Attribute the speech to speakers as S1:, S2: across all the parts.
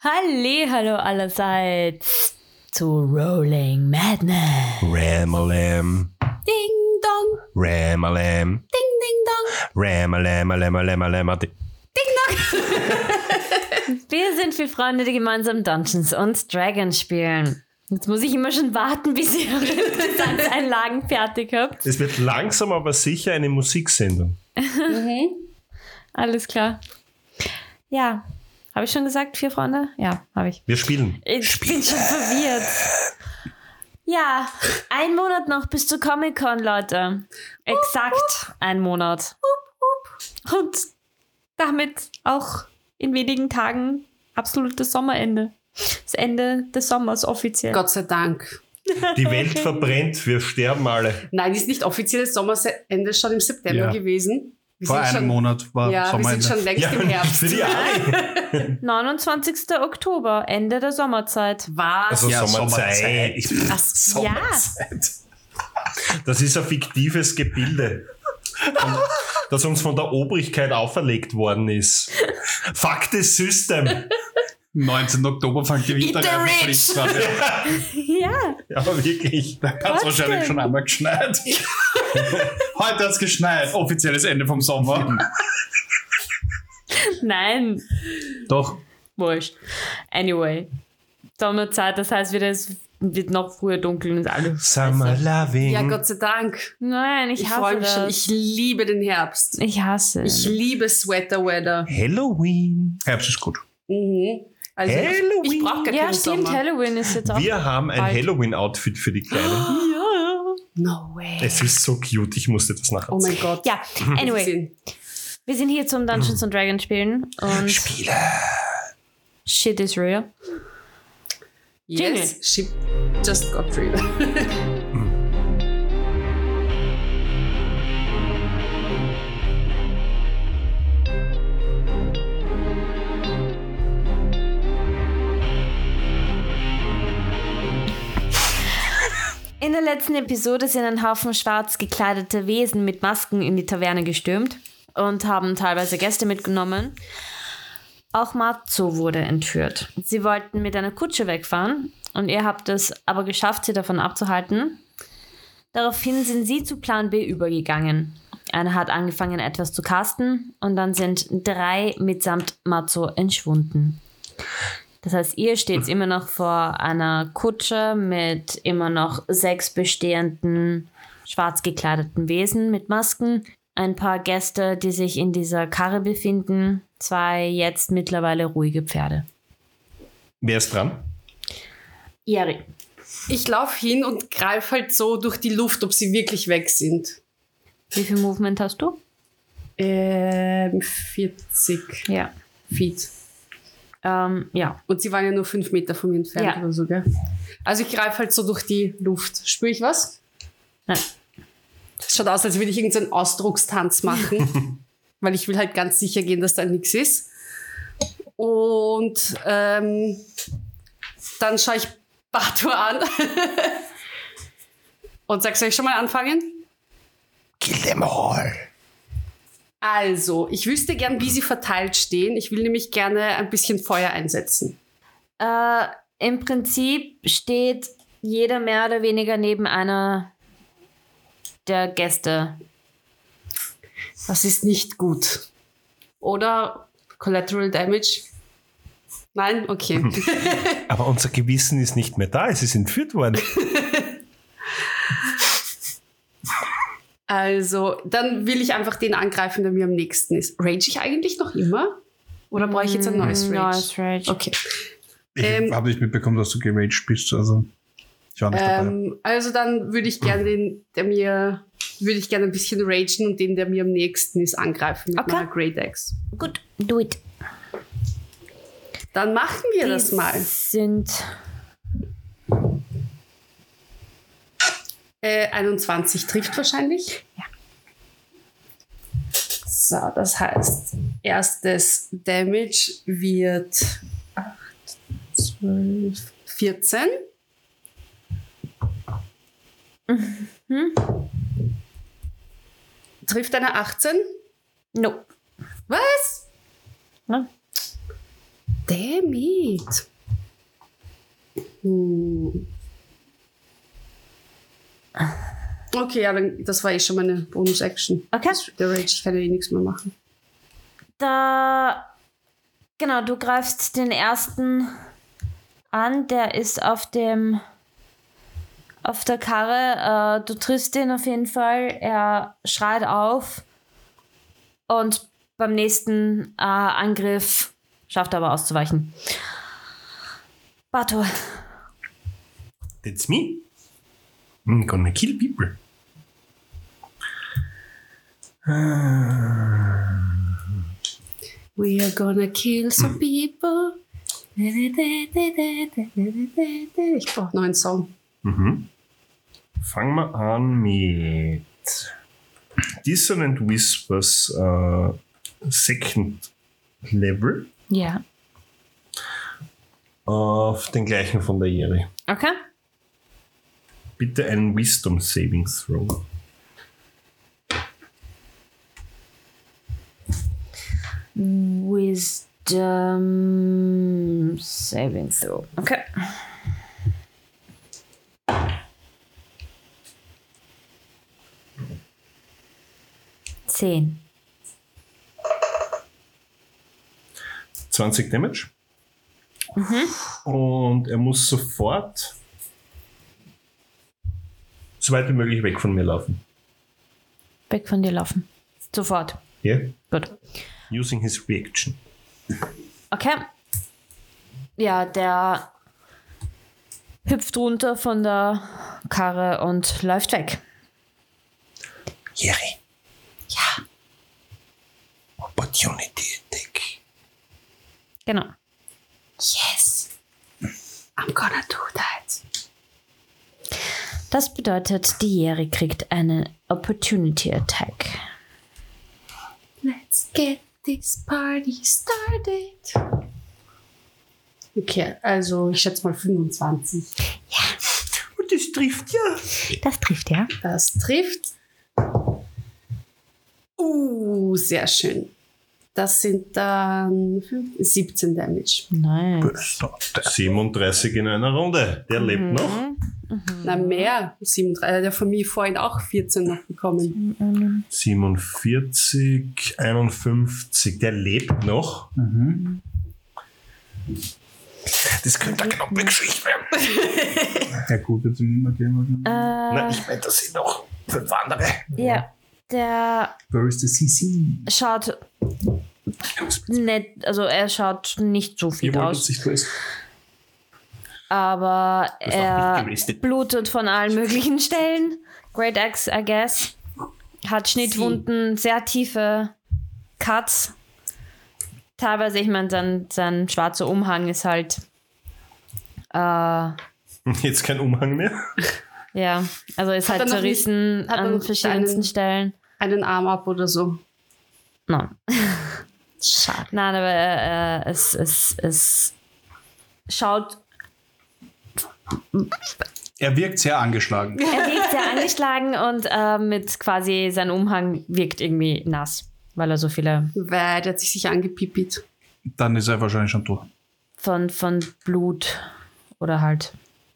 S1: Halle, hallo allerseits zu Rolling Madness.
S2: Ramalam,
S1: Ding dong,
S2: Ramalam,
S1: ding ding dong,
S2: Ramalam, Alam, Alam, Alam, Alam.
S1: Wir sind vier Freunde, die gemeinsam Dungeons und Dragons spielen. Jetzt muss ich immer schon warten, bis ihr eure Tanzeinlagen fertig habt.
S2: Es wird langsam aber sicher eine Musiksendung.
S1: Alles klar. Ja, habe ich schon gesagt, vier Freunde? Ja, habe ich.
S2: Wir spielen.
S1: Ich bin schon verwirrt. Ja, ein Monat noch bis zur Comic-Con, Leute. Exakt ein Monat. Und damit auch in wenigen Tagen absolutes Sommerende. Das Ende des Sommers offiziell.
S3: Gott sei Dank.
S2: Die Welt verbrennt, wir sterben alle.
S3: Nein, ist nicht offizielles Sommerende schon im September
S4: Ja.
S3: gewesen. Wir
S4: Vor
S3: sind
S4: einem
S3: schon,
S4: Monat war
S3: Ja, wir sind
S4: Sommerende.
S3: schon längst im
S2: nicht
S3: Herbst.
S2: für die Ari.
S1: 29. Oktober, Ende der Sommerzeit.
S3: Was?
S2: Also
S4: Ja,
S2: Sommerzeit.
S3: Ach,
S2: Sommerzeit. Das ist ein fiktives Gebilde, und- das uns von der Obrigkeit auferlegt worden ist. Fuck the system.
S4: 19. Oktober fängt die Winterreifenpflicht an.
S1: Ja,
S2: Aber wirklich.
S4: Da hat es
S1: Trotzdem.
S4: wahrscheinlich schon einmal geschneit. Heute hat es geschneit. Offizielles Ende vom Sommer.
S1: nein,
S4: Doch.
S1: wurscht. Anyway, Sommerzeit, das heißt, wieder, es wird noch früher dunkel und ist alles.
S2: Summer loving.
S4: Mhm.
S3: Ja, Gott sei Dank.
S1: Nein, ich,
S3: Ich
S1: hasse
S3: freue mich
S1: das.
S3: schon. Ich liebe den Herbst.
S1: Ich hasse.
S3: Ich liebe Sweater Weather.
S2: Halloween.
S4: Herbst ist gut.
S3: Mhm. Also
S2: Halloween.
S3: ich brauche gar
S1: ja,
S3: keinen
S1: stimmt,
S3: Sommer.
S1: Halloween ist jetzt auch.
S2: Wir haben ein
S1: Bald.
S2: Halloween-Outfit für die Kleine.
S3: Ah.
S1: ja.
S3: No way.
S2: Es ist so cute, ich musste das nachher
S3: Oh mein Gott.
S1: ja, anyway, wir sind hier zum Dungeons and Dragons spielen und
S2: Spiele.
S1: shit is real.
S3: Yes, she just got through.
S1: In der letzten Episode sind ein Haufen schwarz gekleidete Wesen mit Masken in die Taverne gestürmt und haben teilweise Gäste mitgenommen. Auch Matzo wurde entführt. Sie wollten mit einer Kutsche wegfahren und ihr habt es aber geschafft, sie davon abzuhalten. Daraufhin sind sie zu Plan B übergegangen. Einer hat angefangen, etwas zu casten und dann sind drei mitsamt Matzo entschwunden. Das heißt, ihr steht immer noch vor einer Kutsche mit immer noch sechs bestehenden schwarz gekleideten Wesen mit Masken. Ein paar Gäste, die sich in dieser Karre befinden. Zwei jetzt mittlerweile ruhige Pferde.
S2: Wer ist dran?
S1: Eri.
S3: Ich laufe hin und greife halt so durch die Luft, ob sie wirklich weg sind.
S1: Wie viel Movement hast du?
S3: Ähm, 40
S1: Ja.
S3: Feet.
S1: Ähm, ja.
S3: Und sie waren ja nur 5 Meter von mir entfernt
S1: Ja.
S3: oder so, gell? Also ich greife halt so durch die Luft. Spüre ich was?
S1: Nein.
S3: Das schaut aus, als würde ich irgendeinen Ausdruckstanz machen. weil ich will halt ganz sicher gehen, dass da nichts ist. Und ähm, dann schaue ich Bartur an. Und sag, soll ich schon mal anfangen?
S2: Kill them all.
S3: Also, ich wüsste gern, wie sie verteilt stehen. Ich will nämlich gerne ein bisschen Feuer einsetzen.
S1: Äh, Im Prinzip steht jeder mehr oder weniger neben einer der Gäste.
S3: Das ist nicht gut. Oder Collateral Damage? Nein? Okay.
S2: Aber unser Gewissen ist nicht mehr da, es ist entführt worden.
S3: also, dann will ich einfach den angreifen, der mir am nächsten ist. Rage ich eigentlich noch immer? Oder brauche ich jetzt ein neues Rage?
S1: Mm, Neues Hm, Rage.
S3: Okay.
S4: Ich
S3: Ähm,
S4: habe nicht mitbekommen, dass du geraged bist. Also, ich war nicht
S3: Ähm, also, dann würde ich gerne den, der mir, würde ich gerne ein bisschen ragen und den, der mir am nächsten ist, angreifen mit
S1: Okay.
S3: meiner Great Axe.
S1: Gut, do it.
S3: Dann machen wir das
S1: Die
S3: mal.
S1: Sind
S3: Äh, 21 trifft wahrscheinlich. Ja. So, das heißt, erstes Damage wird 8, 12, 14. Trifft eine 18?
S1: Nope.
S3: Was?
S1: Ne?
S3: Damn it. Hm. Okay, ja, dann, das war eh schon meine Bonus-Action.
S1: Okay.
S3: Das- Der Rage kann ja eh nichts mehr machen.
S1: Da. Genau, du greifst den ersten an, der ist auf dem. auf der Karre. Äh, du triffst ihn auf jeden Fall. Er schreit auf. Und beim nächsten äh, Angriff schafft er aber auszuweichen. Bato.
S2: That's me. I'm gonna kill people.
S3: We are gonna kill some people. Ich brauche noch einen Song.
S2: Mhm. Fangen wir an mit Dissonant Whispers äh, Second Level
S1: Ja.
S2: auf den gleichen von der Jere.
S1: Okay.
S2: Bitte einen Wisdom Saving Throw.
S1: Wisdom Saving Throw. Okay. Zehn.
S2: 20 Damage. Und er muss sofort so weit wie möglich weg von mir laufen.
S1: Weg von dir laufen. Sofort.
S2: Yeah?
S1: Gut.
S2: Using his reaction.
S1: Okay. Ja, der hüpft runter von der Karre und läuft weg.
S2: Jere. Ja. Opportunity attack.
S1: Genau.
S3: Yes. I'm gonna do that.
S1: Das bedeutet, die Jere kriegt eine Opportunity Attack.
S3: Let's get this party started. Okay, also ich schätze mal 25.
S2: Und das trifft ja.
S1: Das trifft ja.
S3: Das trifft. Uh, sehr schön. Das sind dann fünf- 17 Damage.
S1: Nice.
S2: 37 in einer Runde. Der lebt noch.
S3: Na, mehr. 37. Der von mir vorhin auch 14 noch bekommen.
S2: 47, 51. Der lebt noch. Mhm. Das könnte eine knappe Geschichte werden.
S4: Der gute zum Niemand
S2: Na, ich meine, das sind noch fünf andere.
S1: Ja, der
S4: Where is the CC?
S1: schaut nicht, also er schaut nicht so viel aus,
S4: sich grüßen.
S1: aber
S2: auch
S1: er
S2: nicht gelistet.
S1: blutet von allen möglichen Stellen. Great Axe, I guess. Hat Schnittwunden, sehr tiefe Cuts. Teilweise, ich meine, sein, sein schwarzer Umhang ist halt. Äh,
S2: Jetzt kein Umhang mehr.
S1: ja, also ist
S3: er
S1: halt
S3: noch
S1: zerrissen
S3: nicht- hat er
S1: an
S3: noch
S1: verschiedensten
S3: seinen-
S1: Stellen.
S3: Einen Arm ab oder so.
S1: Nein.
S3: Schade.
S1: Nein, aber äh, äh, es, es, es schaut.
S4: Er wirkt sehr angeschlagen.
S1: Er wirkt sehr angeschlagen und äh, mit quasi sein Umhang wirkt irgendwie nass, weil er so viele
S3: Weil der hat sich sicher angepipit.
S4: Dann ist er wahrscheinlich schon tot.
S1: von, von Blut oder halt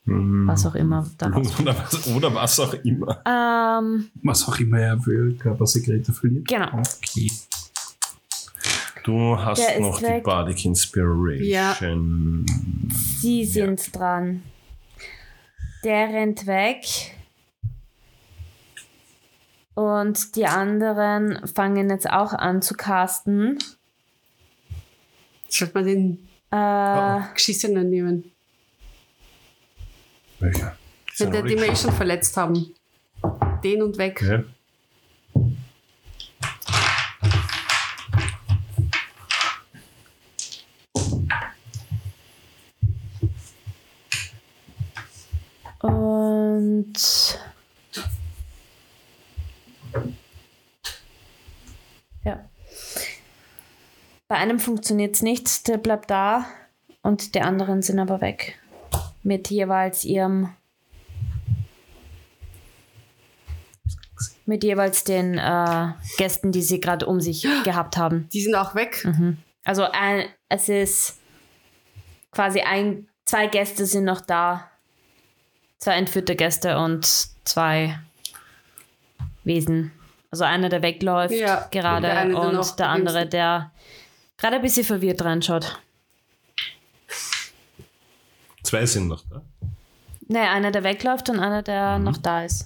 S1: was auch immer da raus-
S2: Oder was, oder was auch immer.
S1: ähm,
S4: Was auch immer er für Körpersekrete verliert.
S1: Genau.
S4: Okay.
S2: Du hast
S1: Der ist
S2: noch die
S1: weg.
S2: Bardic Inspiration.
S1: Sie sind dran. Der rennt weg. Und die anderen fangen jetzt auch an zu casten.
S3: Sollte man den
S1: Äh,
S3: Geschissenen nehmen.
S2: Welcher?
S3: Den, den wir eh schon verletzt haben. Den und weg.
S2: Okay.
S1: Und ja. Bei einem funktioniert es nicht, der bleibt da und die anderen sind aber weg. Mit jeweils ihrem. Mit jeweils den äh, Gästen, die sie gerade um sich gehabt haben.
S3: Die sind auch weg.
S1: Also ein, es äh, ist quasi ein, zwei Gäste sind noch da. Zwei entführte Gäste und zwei Wesen. Also einer, der wegläuft
S3: Ja,
S1: gerade
S3: der eine, der noch
S1: und der andere,
S3: gebremst-
S1: der gerade ein bisschen verwirrt reinschaut.
S2: Zwei sind noch da.
S1: Nee, einer, der wegläuft und einer, der noch da ist.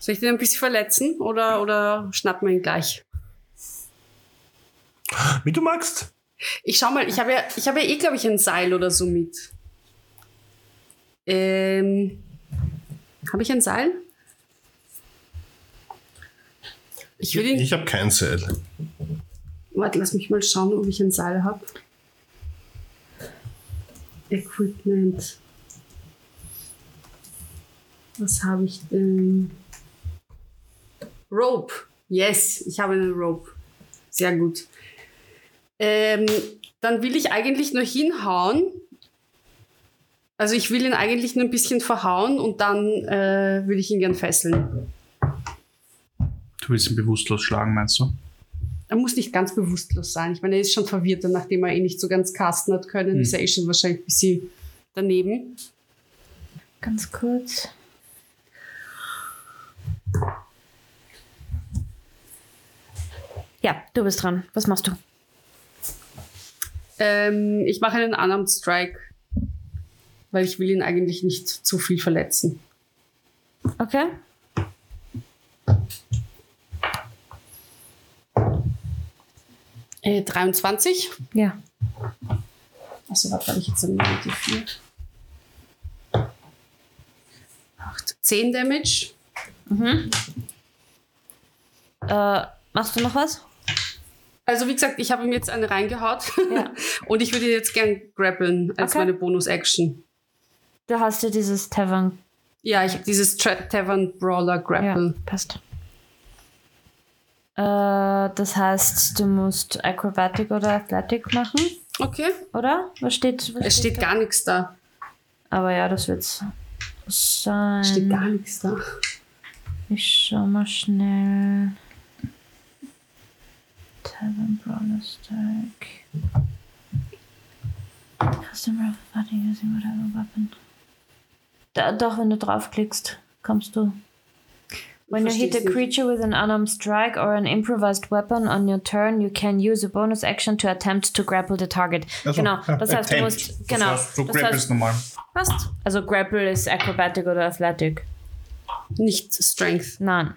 S3: Soll ich den ein bisschen verletzen oder, oder schnappen wir ihn gleich?
S2: Wie du magst.
S3: Ich schau mal, ich habe ja, ich habe ja eh, glaube ich, ein Seil oder so mit. Ähm, habe ich ein Seil? Ich will ihn.
S2: Ich habe kein Seil.
S3: Warte, lass mich mal schauen, ob ich ein Seil habe. Equipment. Was habe ich denn? Rope. Yes, ich habe eine Rope. Sehr gut. Ähm, dann will ich eigentlich nur hinhauen. Also ich will ihn eigentlich nur ein bisschen verhauen und dann äh, würde ich ihn gern fesseln.
S4: Du willst ihn bewusstlos schlagen, meinst du?
S3: Er muss nicht ganz bewusstlos sein. Ich meine, er ist schon verwirrt, und nachdem er eh nicht so ganz casten hat können, ist er eh schon wahrscheinlich ein bisschen daneben.
S1: Ganz kurz. Ja, du bist dran. Was machst du?
S3: Ähm, ich mache einen Unarmed Strike, weil ich will ihn eigentlich nicht zu viel verletzen.
S1: Okay.
S3: Äh, 23.
S1: Ja.
S3: Achso, warte, Also, habe ich jetzt eine Negative 4? 8. 10 Damage.
S1: Äh, machst du noch was?
S3: Also wie gesagt, ich habe ihm jetzt eine reingehaut
S1: Ja.
S3: und ich würde ihn jetzt gern grappeln als
S1: Okay.
S3: meine Bonus-Action.
S1: Du hast ja dieses Tavern.
S3: Ja, ich habe dieses Tra Tavern Brawler
S1: Ja,
S3: Grapple.
S1: passt. Äh, das heißt, du musst Acrobatic oder Athletic machen,
S3: Okay.
S1: oder? Was steht? Was
S3: Es steht
S1: da?
S3: gar nichts da.
S1: Aber ja, das wird's sein.
S3: Es steht gar nichts da.
S1: Ich schau mal schnell. Tavern Brawler Strike. Customer of fighting using whatever weapon. Da, doch, wenn du draufklickst, kommst du. When you hit a
S3: Versteh's nicht.
S1: creature with an unarmed strike or an improvised weapon on your turn, you can use a bonus action to attempt to grapple the target. genau, das heißt, du musst. Genau,
S4: Also, äh, Das heißt, du
S1: das
S4: grappelst
S1: heißt,
S4: normal.
S1: passt. Also, Grapple ist Acrobatic oder Athletic.
S3: Nicht Strength.
S1: Nein.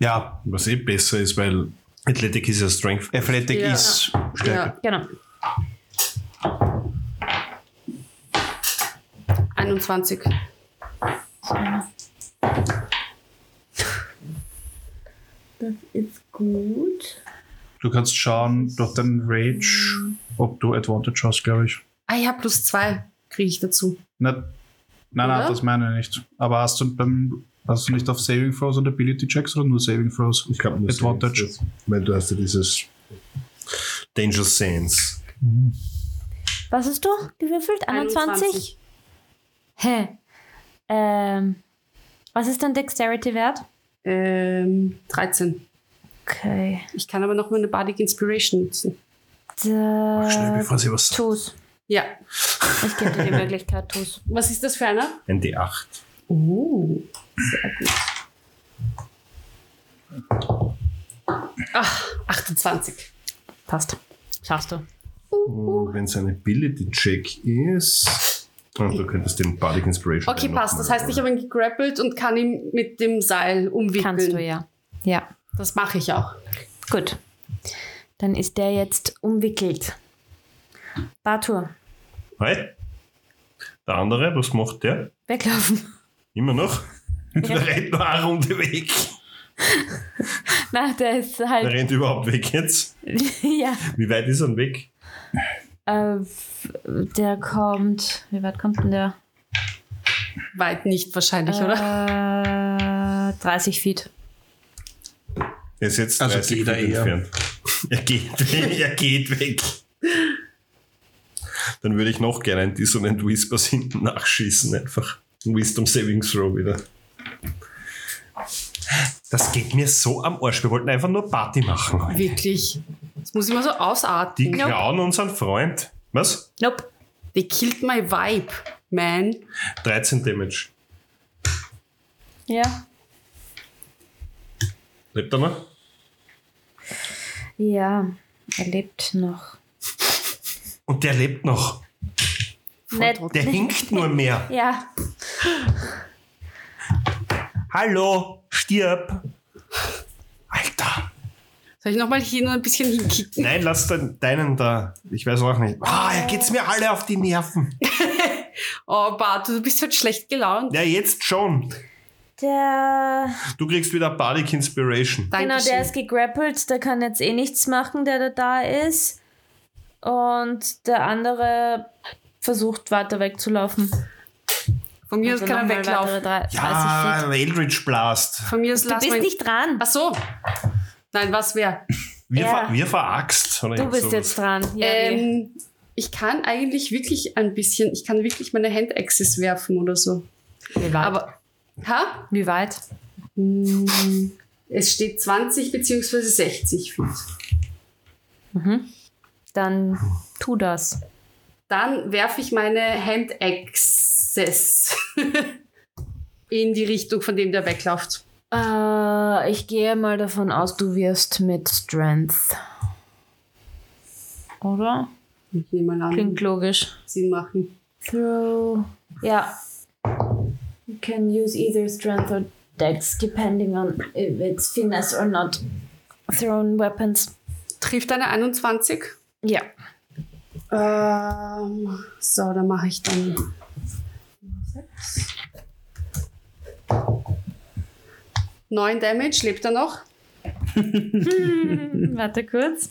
S2: Ja, was eh besser ist, weil Athletic ist ja Strength.
S4: Athletic
S3: Ja.
S4: ist
S3: Ja.
S4: stärker.
S1: Genau.
S3: 21.
S1: Das ist gut.
S4: Du kannst schauen durch deinen
S3: Mm.
S4: Rage, ob du Advantage hast, glaube ich.
S3: Ah ja, plus 2 kriege ich dazu.
S4: Nicht, nein, nein,
S3: Oder?
S4: das meine ich nicht. Aber hast du beim hast du nicht auf Saving Throws und Ability Checks oder nur Saving Throws?
S2: Ich glaube nur
S4: Advantage.
S2: Strength, Weil du hast ja dieses Danger Sense.
S1: Was hast du gewürfelt? 21? Hä? Ähm, was ist dein Dexterity-Wert?
S3: Ähm, 13.
S1: Okay.
S3: Ich kann aber noch meine Bardic Inspiration nutzen. Äh,
S2: Schnell,
S1: Da,
S2: bevor sie was
S1: Äh, tu's.
S3: Ja.
S1: Ich gebe dir die Möglichkeit, tu's.
S3: Was ist das für einer?
S2: Ein D8.
S3: Oh, sehr gut. Ach, 28.
S1: Passt. Schaffst du.
S2: Und wenn es ein Ability-Check ist. Und du könntest den Bardic Inspiration.
S3: Okay,
S2: dann
S3: passt.
S2: noch
S3: Das
S2: mal
S3: heißt, ich habe ihn gegrappelt und kann ihn mit dem Seil umwickeln.
S1: Kannst du ja. Ja.
S3: Das mache ich auch.
S1: Gut. Dann ist der jetzt umwickelt. Bartur,
S2: Hi. Halt. Der andere, was macht der?
S1: weglaufen.
S2: Immer noch? Der rennt noch eine
S4: um
S2: Runde weg.
S1: Na, der ist
S2: Der
S1: halt.
S2: rennt überhaupt weg jetzt.
S1: ja.
S2: Wie weit ist er weg?
S1: Äh, der kommt. Wie weit kommt denn der?
S3: Weit nicht wahrscheinlich, oder?
S1: Äh, 30 Feet.
S2: Er ist jetzt
S4: Also
S2: 30
S4: geht er
S2: Feet
S4: eher.
S2: entfernt. Er geht, weg, er geht weg. Dann würde ich noch gerne ein Dissonant Whispers hinten nachschießen, einfach. Ein Wisdom Saving Throw wieder. Das geht mir so am Arsch. Wir wollten einfach nur Party machen. heute.
S3: Wirklich. Das muss ich mal so ausatmen.
S2: Die klauen unseren Freund. Was?
S1: Nope.
S3: They killed my vibe, man.
S2: 13 Damage.
S1: Ja.
S2: Lebt er noch?
S1: Ja, er lebt noch.
S2: Und der lebt noch.
S1: Nett.
S2: Der hinkt nur mehr.
S1: Ja.
S2: Hallo, stirb. Alter.
S3: Soll ich nochmal hier nur ein bisschen hinkicken?
S2: Nein, lass den, deinen da. Ich weiß auch nicht. Ah, er geht's mir alle auf die Nerven.
S3: Oh, Bart, du bist halt schlecht gelaunt.
S2: Ja, jetzt schon.
S1: Der.
S2: Du kriegst wieder Bardic Inspiration.
S3: Dankeschön.
S1: Genau, der ist gegrappelt, der kann jetzt eh nichts machen, der da da ist. Und der andere versucht weiter wegzulaufen.
S3: Von mir aus
S1: Also
S3: kann
S1: nochmal
S3: er weglaufen.
S1: weitere drei- 30 Feet.
S2: Ja, Eldritch Blast.
S3: Von mir aus
S1: Du
S3: lass
S1: bist
S3: mal-
S1: nicht dran.
S3: Ach so. Nein, was wäre?
S2: Wir,
S1: Ja.
S2: ver, wir veraxt.
S1: Du bist jetzt dran. Ja, nee.
S3: Ähm, ich kann eigentlich wirklich ein bisschen, ich kann wirklich meine Handaxis werfen oder so.
S1: wie weit?
S3: Aber, ha?
S1: wie weit?
S3: Hm, Es steht 20 bzw. 60 Feet.
S1: Mhm. Dann tu das.
S3: Dann werfe ich meine Handaxis in die Richtung, von dem der wegläuft.
S1: Äh, ich gehe mal davon aus, du wirst mit Strength. Oder?
S3: Ich nehme mal an,
S1: Klingt logisch.
S3: Sinn machen.
S1: Throw. Ja. You can use either strength or dex, depending on if it's finesse or not. Thrown weapons.
S3: Trifft eine 21?
S1: Ja.
S3: Ähm, so, dann mache ich dann. Neun Damage, lebt er noch?
S1: Warte kurz.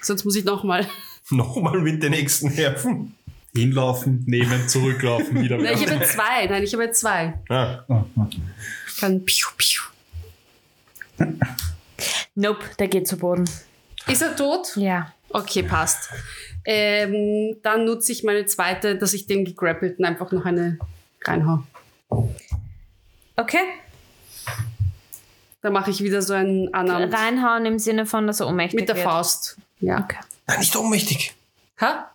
S3: Sonst muss ich nochmal.
S2: Nochmal mit den nächsten Nerven.
S4: Hinlaufen, nehmen, zurücklaufen, wieder
S3: Nein, ich
S4: werfen.
S3: habe ja zwei. Nein, ich habe ja zwei.
S2: Ah,
S4: Ah, ah.
S3: Ich kann piu, piu.
S1: Nope, der geht zu Boden.
S3: Ist er tot?
S1: Ja.
S3: Okay, passt. Ähm, dann nutze ich meine zweite, dass ich dem gegrappelten einfach noch eine reinhau.
S1: Okay.
S3: Da mache ich wieder so einen Annahme.
S1: Reinhauen im Sinne von, dass er ohnmächtig
S3: Mit der
S1: wird.
S3: Faust. Ja.
S1: Okay.
S2: Nein, nicht ohnmächtig.
S3: Ha?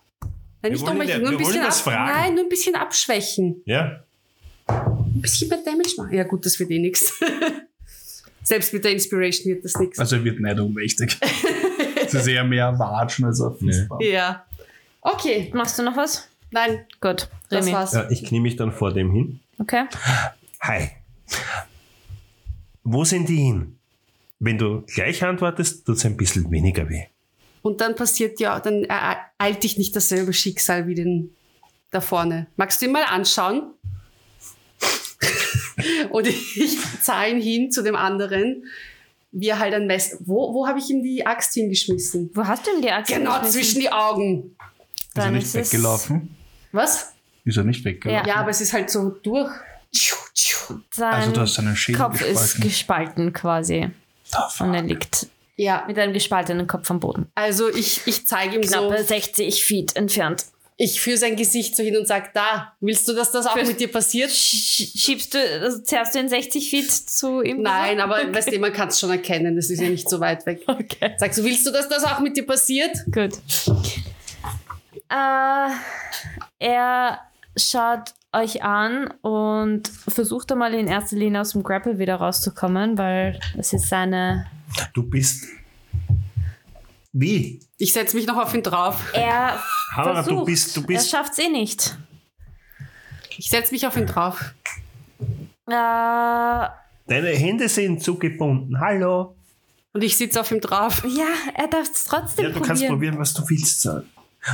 S3: Nein, nicht
S2: wollen
S3: nochmal.
S2: ihn ja-
S3: Nur ein
S2: wir wollen
S3: bisschen
S2: ihn was
S3: ab-
S2: fragen.
S3: Nein, nur ein bisschen abschwächen.
S2: Ja?
S3: ein bisschen mehr Damage machen. Ja, gut, das wird eh nichts. Selbst mit der Inspiration wird das nichts.
S4: Also er wird nicht ohnmächtig. Es ist eher mehr Watschen als ein Fußball.
S3: Ja. Okay,
S1: Machst du noch was?
S3: nein,
S1: Gut.
S3: das
S1: Remy.
S3: war's.
S2: ja. Ich knie mich dann vor dem hin.
S1: Okay.
S2: Hi. Wo sind die hin? Wenn du gleich antwortest, tut es ein bisschen weniger weh.
S3: Und dann passiert ja, dann ereilt dich nicht dasselbe Schicksal wie den da vorne. Magst du ihn mal anschauen? Und ich zahle ihn hin zu dem anderen, wie er halt ein Messer. Wo, wo habe ich ihm die Axt hingeschmissen?
S1: Wo hast du denn die Axt?
S3: Genau
S1: geschmissen?
S3: zwischen die Augen.
S4: Ist er
S1: Dann
S4: nicht
S1: ist es-
S4: weggelaufen?
S3: Was?
S4: Ist er nicht weggelaufen?
S3: Ja, aber es ist halt so durch. Tschu, tschu.
S1: Sein
S4: Also du hast seinen Schädel
S1: Kopf ist
S4: gespalten.
S1: gespalten quasi. Und er liegt
S3: Ja,
S1: mit einem gespaltenen Kopf am Boden.
S3: also ich, ich zeige ihm so.
S1: Knappe 60 Feet entfernt.
S3: ich führe sein Gesicht so hin und sage, da, willst du, dass das auch mit dir passiert?
S1: Sch- Schiebst du, also zerrst du ihn 60 Feet zu ihm?
S3: Nein, aber
S1: Okay.
S3: weißt du, man kann es schon erkennen, das ist ja nicht so weit weg.
S1: Okay,
S3: Sagst du, willst du, dass das auch mit dir passiert?
S1: gut. Äh, er schaut euch an und versucht einmal in erster Linie aus dem Grapple wieder rauszukommen, weil das ist seine.
S2: Du bist. Wie?
S3: Ich setze mich noch auf ihn drauf.
S1: Er
S2: Hammer,
S1: versucht.
S2: du bist. Du
S1: Er
S2: bist
S1: schafft's eh nicht.
S3: Ich setze mich auf ihn drauf.
S1: Äh,
S2: deine Hände sind zugebunden. Hallo.
S3: Und ich sitze auf ihm drauf.
S1: Ja, er darf es trotzdem
S2: Ja, du
S1: probieren.
S2: kannst probieren, äh, was du willst. sagen.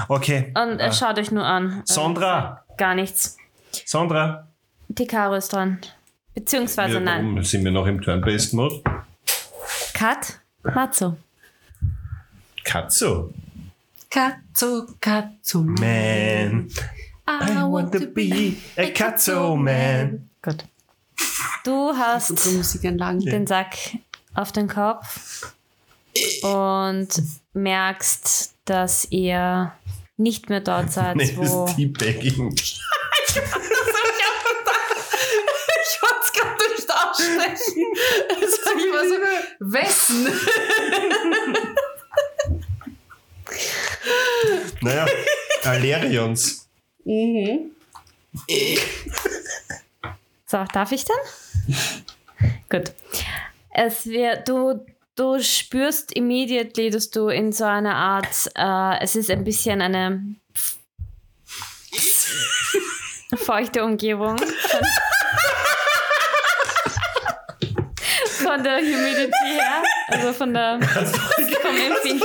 S2: Okay. Ah.
S1: Und er schaut euch nur an. Äh,
S2: Sandra.
S1: Gar nichts.
S2: Sandra.
S1: Die Karo ist dran.
S2: Also
S1: Beziehungsweise nein.
S2: Sind wir noch im Turn-Based-Mode?
S1: Kat, Matzo.
S2: Katzo.
S3: Katzo, Katzo,
S2: Man. I want to be a Katzo man.
S1: Gut. Du hast
S3: Unsere Musikanlagen.
S1: den Sack auf den Kopf und merkst, dass ihr nicht mehr dort seid,
S2: Nee, das
S1: wo...
S2: ist Teabagging.
S3: Ich wollte es gerade nicht aussprechen. Das war immer so, wessen?
S2: Naja, Alerions.
S3: Mhm.
S1: So, darf ich dann? Gut. Es wir, du, du spürst immediately, dass du in so einer Art, äh, es ist ein bisschen eine feuchte Umgebung. Von, von der Humidity her, also von der, vom Empfinden.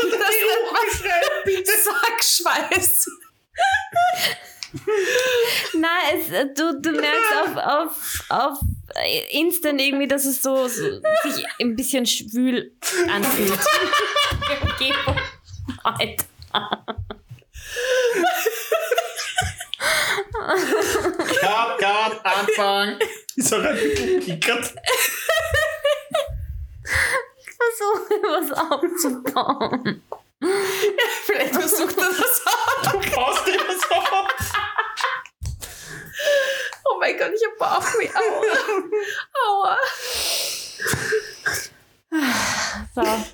S5: Sackschweiß.
S1: Nein, es, äh, du, du merkst auf, auf, auf äh, Instant irgendwie, dass es so, so sich ein bisschen schwül anfühlt. Die Umgebung. Alter.
S4: Cut, cut, Anfang.
S2: Ist auch ein bisschen kickert.
S1: Versuche was aufzubauen.
S5: Vielleicht versucht er das auch.
S2: Du baust dir das auf.
S5: Oh mein Gott, ich hab Bauchweh. Aua. Aua.
S1: So.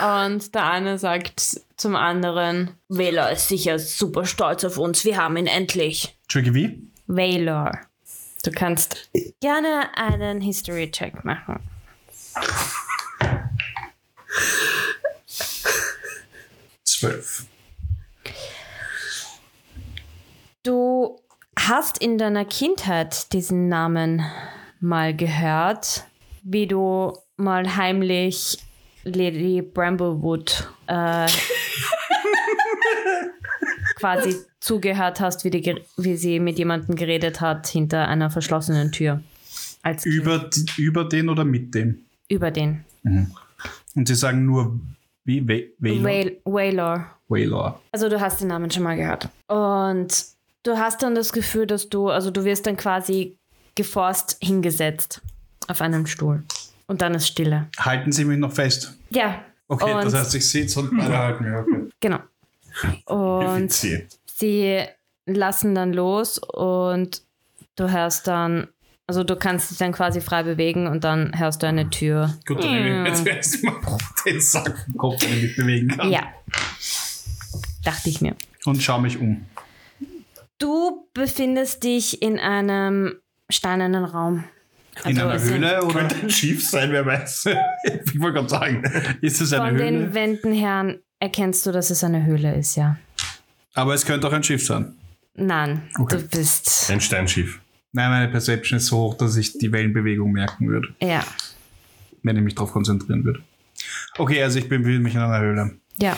S1: Und der eine sagt zum anderen: Valor ist sicher super stolz auf uns, wir haben ihn endlich.
S4: Tricky wie?
S1: Valor. Du kannst gerne einen History-Check machen.
S2: Zwölf.
S1: Du hast in deiner Kindheit diesen Namen mal gehört, wie du mal heimlich Lady Bramblewood äh, quasi zugehört hast, wie, die, ge- wie sie mit jemandem geredet hat hinter einer verschlossenen Tür. Als Kind.
S4: Über, die- über den oder mit dem?
S1: über den.
S4: Und sie sagen nur wie Wa- Wailor.
S1: Wail- Wailor.
S4: Wailor.
S1: Also du hast den Namen schon mal gehört. Und du hast dann das Gefühl, dass du, also du wirst dann quasi geforst hingesetzt auf einem Stuhl. Und dann ist Stille.
S4: Halten Sie mich noch fest.
S1: Ja.
S4: Okay,
S1: und, Hm.
S4: das heißt, ich sitze und beide halten mir. Okay.
S1: Genau. Und
S2: Effizient.
S1: sie lassen dann los und du hörst dann, also du kannst dich dann quasi frei bewegen und dann hörst du eine Tür.
S4: Gut, dann nehme ich jetzt erstmal den Sack vom Kopf, den ich nicht bewegen kann.
S1: Hm. Ja. Dachte ich mir.
S4: Und schaue mich um.
S1: Du befindest dich in einem steinernen Raum.
S4: In
S1: Also
S4: einer
S1: es sind-
S4: Höhle oder?
S2: Könnte ein Schiff sein, wer weiß.
S4: Ich wollte gerade sagen, ist es eine
S1: Von
S4: Höhle?
S1: den Wänden her erkennst du, dass es eine Höhle ist, ja.
S4: Aber es könnte auch ein Schiff sein.
S1: Nein,
S4: Okay.
S1: du bist.
S2: Ein Steinschiff.
S4: Nein, meine Perception ist so hoch, dass ich die Wellenbewegung merken würde,
S1: Ja.
S4: wenn ich mich darauf konzentrieren würde. Okay, also ich befinde mich in einer Höhle.
S1: Ja.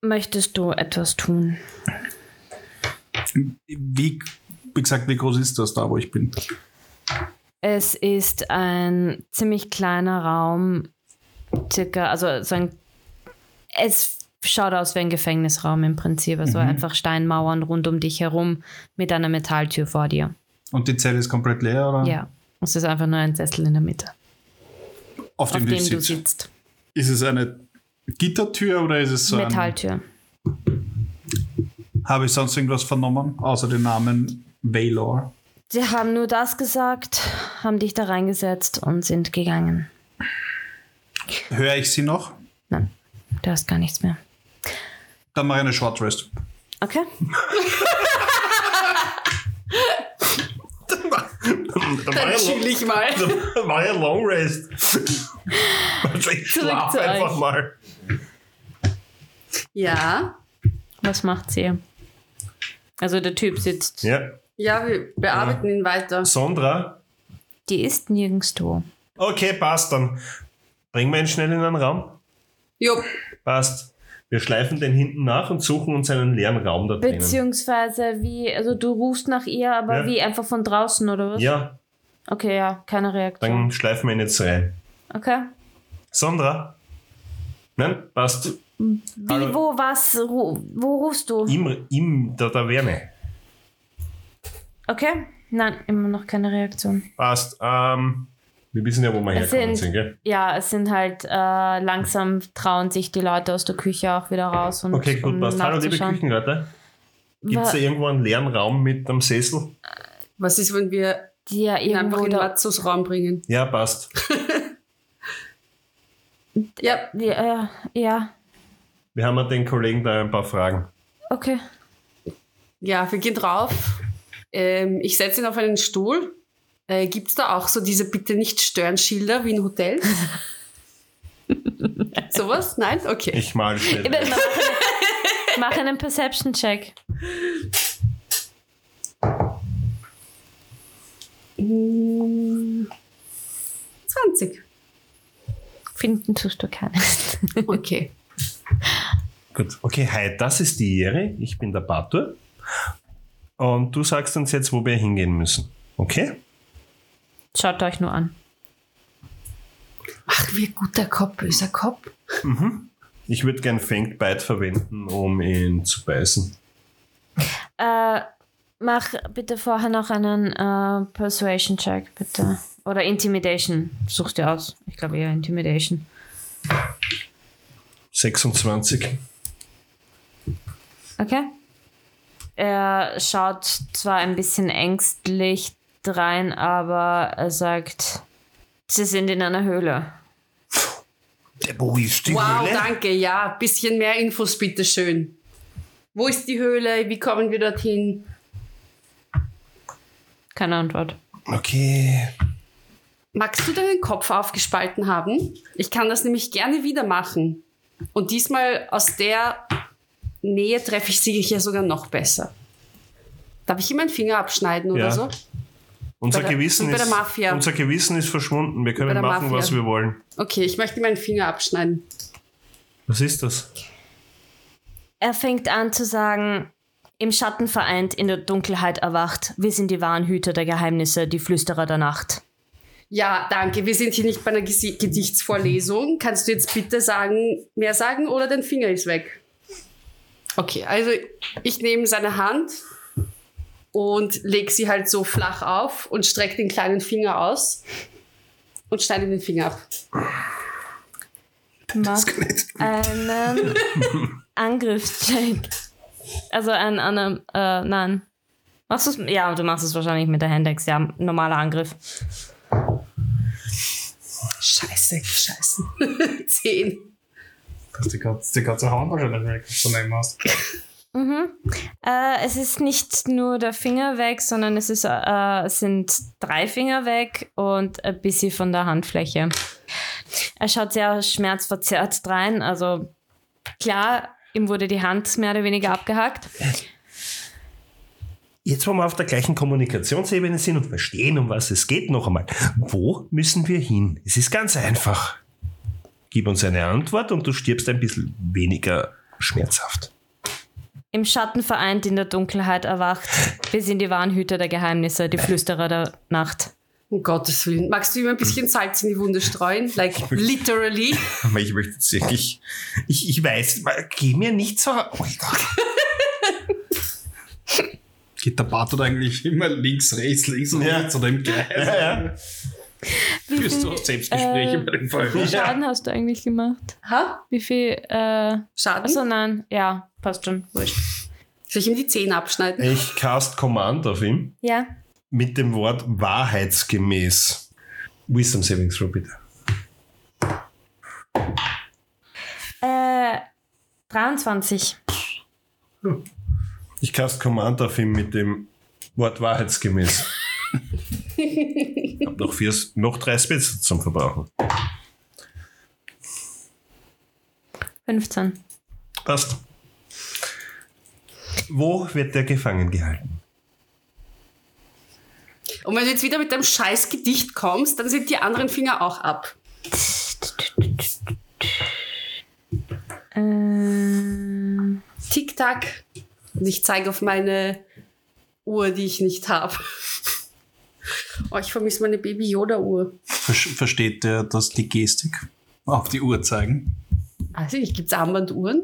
S1: Möchtest du etwas tun?
S4: Wie, wie gesagt, wie groß ist das da, wo ich bin?
S1: Es ist ein ziemlich kleiner Raum, circa, also so ein. Es schaut aus wie ein Gefängnisraum im Prinzip, also
S4: Mhm.
S1: einfach Steinmauern rund um dich herum mit einer Metalltür vor dir.
S4: Und die Zelle ist komplett leer, oder?
S1: Ja. Es ist einfach nur ein Sessel in der Mitte,
S4: Auf
S1: auf
S4: dem,
S1: dem
S4: ich
S1: du
S4: sitze.
S1: sitzt.
S4: Ist es eine Gittertür oder ist es so
S1: Metalltür.
S4: ein... Habe ich sonst irgendwas vernommen, außer den Namen Valor?
S1: Sie haben nur das gesagt, haben dich da reingesetzt und sind gegangen.
S4: Höre ich sie noch?
S1: Nein, du hast gar nichts mehr.
S4: Dann mache ich eine Short Rest.
S1: Okay.
S2: Da
S3: Dann chill ich mal.
S2: war ja Long Rest. Also ich
S1: Zurück
S2: schlaf
S1: zu
S2: einfach
S1: euch.
S2: mal.
S3: Ja.
S1: Was macht sie? Also der Typ sitzt.
S2: Ja.
S3: Ja, wir bearbeiten ihn weiter.
S2: Sondra.
S1: Die ist nirgendwo.
S2: Okay, passt dann. Bringen wir ihn schnell in einen Raum.
S3: Jupp.
S2: Passt. Wir schleifen den hinten nach und suchen uns einen leeren Raum da drinnen.
S1: Beziehungsweise wie, also du rufst nach ihr, aber
S2: Ja.
S1: wie einfach von draußen oder was?
S2: ja,
S1: Okay, ja, keine Reaktion.
S2: dann schleifen wir ihn jetzt rein.
S1: Okay.
S2: Sondra. Nein, passt.
S1: Wie, wo, was, ru- wo rufst du?
S2: Im, im der Taverne.
S1: Okay. Nein, immer noch keine Reaktion.
S2: Passt. Ähm, wir wissen ja, wo wir
S1: Es
S2: herkommen
S1: sind-
S2: sind, gell?
S1: Ja, es sind halt äh, langsam trauen sich die Leute aus der Küche auch wieder raus und
S2: Okay, gut,
S1: um
S2: passt. Hallo, liebe äh,
S1: nachzuschauen.
S2: Küchenleute. Gibt es
S1: Wa-
S2: da irgendwo einen leeren Raum mit einem Sessel?
S3: Was ist, wenn wir
S1: die ja
S3: ihn einfach
S1: irgendwo
S3: in
S1: da,
S3: Matzos Raum bringen?
S2: Ja, passt.
S3: Ja.
S1: die, äh, ja,
S2: Wir haben ja den Kollegen da ein paar Fragen.
S1: okay.
S3: Ja, wir gehen drauf. Ähm, ich setze ihn auf einen Stuhl. Äh, Gibt es da auch so diese Bitte nicht stören Schilder wie in Hotels? Sowas? Nein? Okay.
S2: Ich mal schnell.
S1: Mach einen- Mach einen Perception-Check.
S3: Mm, 20.
S1: Finden tust du keines.
S3: Okay.
S2: Gut, okay, hi, das ist die Jere. Ich bin der Batur. Und du sagst uns jetzt, wo wir hingehen müssen. Okay?
S1: Schaut euch nur an.
S3: Ach, wie guter Kopf, böser Kopf.
S2: Ich würde gern Fanged Bite verwenden, um ihn zu beißen.
S1: Äh, mach bitte vorher noch einen äh, Persuasion-Check, bitte. Oder Intimidation. Such dir aus. Ich glaube eher Intimidation.
S2: 26.
S1: Okay. Er schaut zwar ein bisschen ängstlich drein, aber er sagt, sie sind in einer Höhle.
S2: Der, wo ist die
S3: Wow, danke. Ja, bisschen mehr Infos, bitte schön. Wo ist die Höhle? Wie kommen wir dorthin?
S1: Keine Antwort.
S2: Okay.
S3: Magst du deinen Kopf aufgespalten haben? Ich kann das nämlich gerne wieder machen. Und diesmal aus der Nähe treffe ich sie ja sogar noch besser. Darf ich ihm einen Finger abschneiden oder
S2: Ja.
S3: so?
S2: Unser,
S3: Bei der-
S2: Gewissen
S3: und bei der
S2: ist,
S3: Mafia.
S2: unser Gewissen ist verschwunden. Wir
S3: bei
S2: können
S3: der
S2: machen,
S3: Mafia.
S2: was wir wollen.
S3: Okay, ich möchte ihm einen Finger abschneiden.
S2: Was ist das?
S1: Er fängt an zu sagen, im Schatten vereint, in der Dunkelheit erwacht, wir sind die wahren Hüter der Geheimnisse, die Flüsterer der Nacht.
S3: Ja, danke. Wir sind hier nicht bei einer Gesi- Gedichtsvorlesung. Kannst du jetzt bitte sagen, mehr sagen oder dein Finger ist weg? Okay, also ich nehme seine Hand und lege sie halt so flach auf und strecke den kleinen Finger aus und schneide den Finger ab.
S1: Mach einen Angriffscheck. Also einen anderen, äh, nein. Machst du es? Ja, du machst es wahrscheinlich mit der Handex, ja, normaler Angriff.
S3: Scheiße, scheiße. Zehn.
S4: Das ist die ganze, die ganze Hand wahrscheinlich weg, was du nehmen hast.
S1: Äh, es ist nicht nur der Finger weg, sondern es, ist, äh, es sind drei Finger weg und ein bisschen von der Handfläche. Er schaut sehr schmerzverzerrt drein. Also klar, ihm wurde die Hand mehr oder weniger abgehackt.
S2: Jetzt, wo wir auf der gleichen Kommunikationsebene sind und verstehen, um was es geht, noch einmal. Wo müssen wir hin? Es ist ganz einfach. Gib uns eine Antwort und du stirbst ein bisschen weniger schmerzhaft.
S1: Im Schatten vereint, in der Dunkelheit erwacht. Wir sind die wahren Hüter der Geheimnisse, die Flüsterer der Nacht.
S3: Um Gottes Willen. Magst du ihm ein bisschen Salz in die Wunde streuen? Like, literally.
S2: Aber ich möchte jetzt wirklich. Ich, ich weiß, mal, geh mir nicht so. Oh mein Gott.
S4: Geht der Bartod eigentlich immer links, rechts, links und
S2: Ja.
S4: rechts oder im Kreis?
S2: Ja, ja.
S1: Wie
S4: Bist du auf Selbstgespräche
S1: äh,
S4: bei dem Fall?
S1: Schaden hast du eigentlich gemacht?
S3: Ha?
S1: Wie viel? Äh,
S3: Schaden?
S1: also nein, ja, passt schon. Wurscht.
S3: Soll ich ihm die Zehen abschneiden?
S2: Ich cast Command auf ihn
S1: Ja.
S2: mit dem Wort wahrheitsgemäß. Wisdom Savings Throw, bitte.
S1: Äh, 23.
S2: Ich cast Command auf ihn mit dem Wort wahrheitsgemäß. ich habe noch, vier, noch drei Spits zum Verbrauchen.
S1: 15.
S2: Passt. Wo wird der gefangen gehalten?
S3: Und wenn du jetzt wieder mit deinem scheiß Gedicht kommst, dann sind die anderen Finger auch ab.
S1: Ähm,
S3: Tick-Tack. Und ich zeige auf meine Uhr, die ich nicht habe. Oh, ich vermisse meine Baby-Yoda-Uhr.
S4: Versteht der das die Gestik? Auf die Uhr zeigen.
S3: Also, ich gibt's Armbanduhren?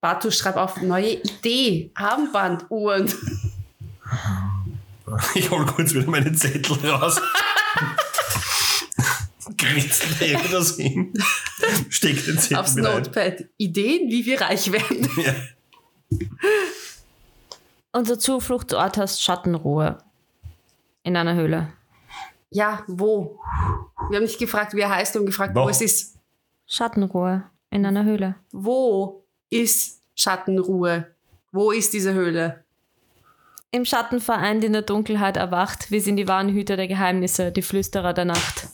S3: Batu, schreib auf neue Idee. Armbanduhren.
S2: Ich hole kurz wieder meine Zettel raus. Kriegst du irgendwas hin? Steck den Zettel
S3: Aufs
S2: wieder ein.
S3: Notepad. Ideen, wie wir reich werden.
S2: Ja.
S1: unser Zufluchtsort heißt Schattenruhe. In einer Höhle.
S3: Ja, wo? Wir haben nicht gefragt, wie er heißt, wir haben gefragt, wo
S2: Doch.
S3: es ist.
S1: Schattenruhe. In einer Höhle.
S3: Wo ist Schattenruhe? Wo ist diese Höhle?
S1: Im Schattenverein, die in der Dunkelheit erwacht. Wir sind die wahren Hüter der Geheimnisse, die Flüsterer der Nacht.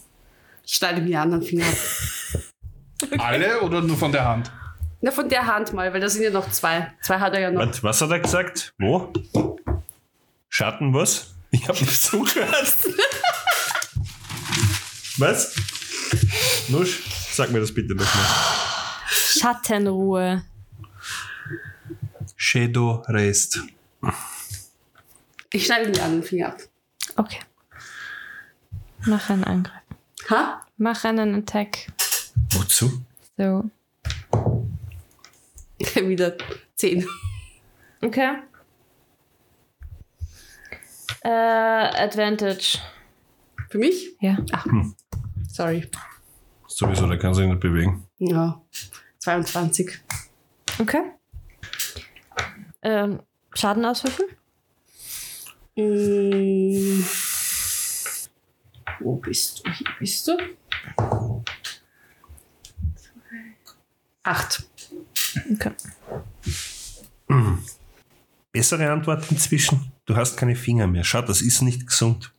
S3: Ich schneide mir die anderen Finger ab.
S4: Alle oder nur von der Hand?
S3: Na, von der Hand mal, weil da sind ja noch zwei. Zwei hat er ja noch.
S2: Was, was hat er gesagt? Wo? Schatten was? Ich habe nicht zugehört. was? Nusch, sag mir das bitte nochmal.
S1: Schattenruhe.
S4: Shadow Rest.
S3: Ich schneide mir die anderen Finger ab.
S1: Okay. Mach einen Angriff.
S3: Ha?
S1: Mach einen Attack.
S2: Wozu?
S1: So.
S3: Wieder zehn.
S1: Okay. Äh, Advantage.
S3: Für mich?
S1: Ja.
S3: Sorry.
S2: Sowieso, der kann sich nicht bewegen.
S3: Ja. 22.
S1: Okay. Ähm, Schaden auswürfeln?
S3: Mm. Wo bist du? Hier bist du? Acht.
S1: Okay.
S2: Bessere Antwort inzwischen. Du hast keine Finger mehr. Schau, das ist nicht gesund.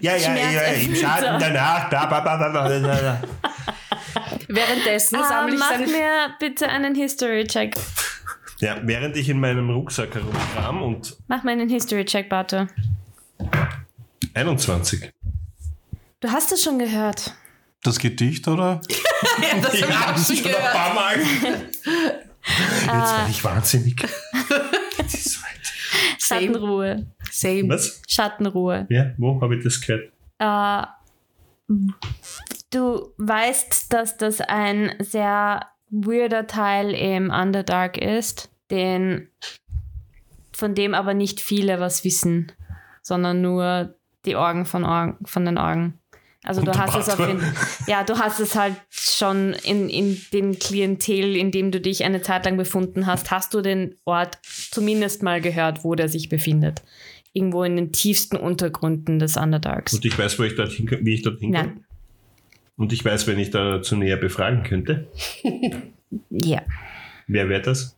S2: Ja, ja, ja, ja, im Schatten danach. Da, ba, ba, ba, ba, da, da, da.
S3: Währenddessen
S1: Ah,
S3: sammle ich
S1: mach
S3: seine.
S1: mir bitte einen History-Check.
S2: Ja, während ich in meinem Rucksack herumkram und
S1: Mach mir einen History-Check, Barte.
S2: 21.
S1: Du hast es schon gehört.
S4: Das Gedicht, oder?
S3: das hab ich auch schon gehört.
S2: paar Mal. Jetzt war ich wahnsinnig. Das ist weit.
S1: Schattenruhe.
S3: Same.
S2: Was?
S1: Schattenruhe.
S2: Ja, wo habe ich das gehört?
S1: Äh, du weißt, dass das ein sehr weirder Teil im Underdark ist, den von dem aber nicht viele was wissen, sondern nur die Orgen von, Orgen, von den Orgen. Also du
S2: Und der
S1: hast es auf
S2: Bart.
S1: jeden ja, du hast es halt schon in, in dem Klientel, in dem du dich eine Zeit lang befunden hast, hast du den Ort zumindest mal gehört, wo der sich befindet. Irgendwo in den tiefsten Untergründen des Underdarks.
S2: Und ich weiß, wo ich dorthin, wie ich dorthin komme.
S1: Nein.
S2: Und ich weiß, wenn ich dazu näher befragen könnte.
S1: Ja.
S2: Wer wäre das?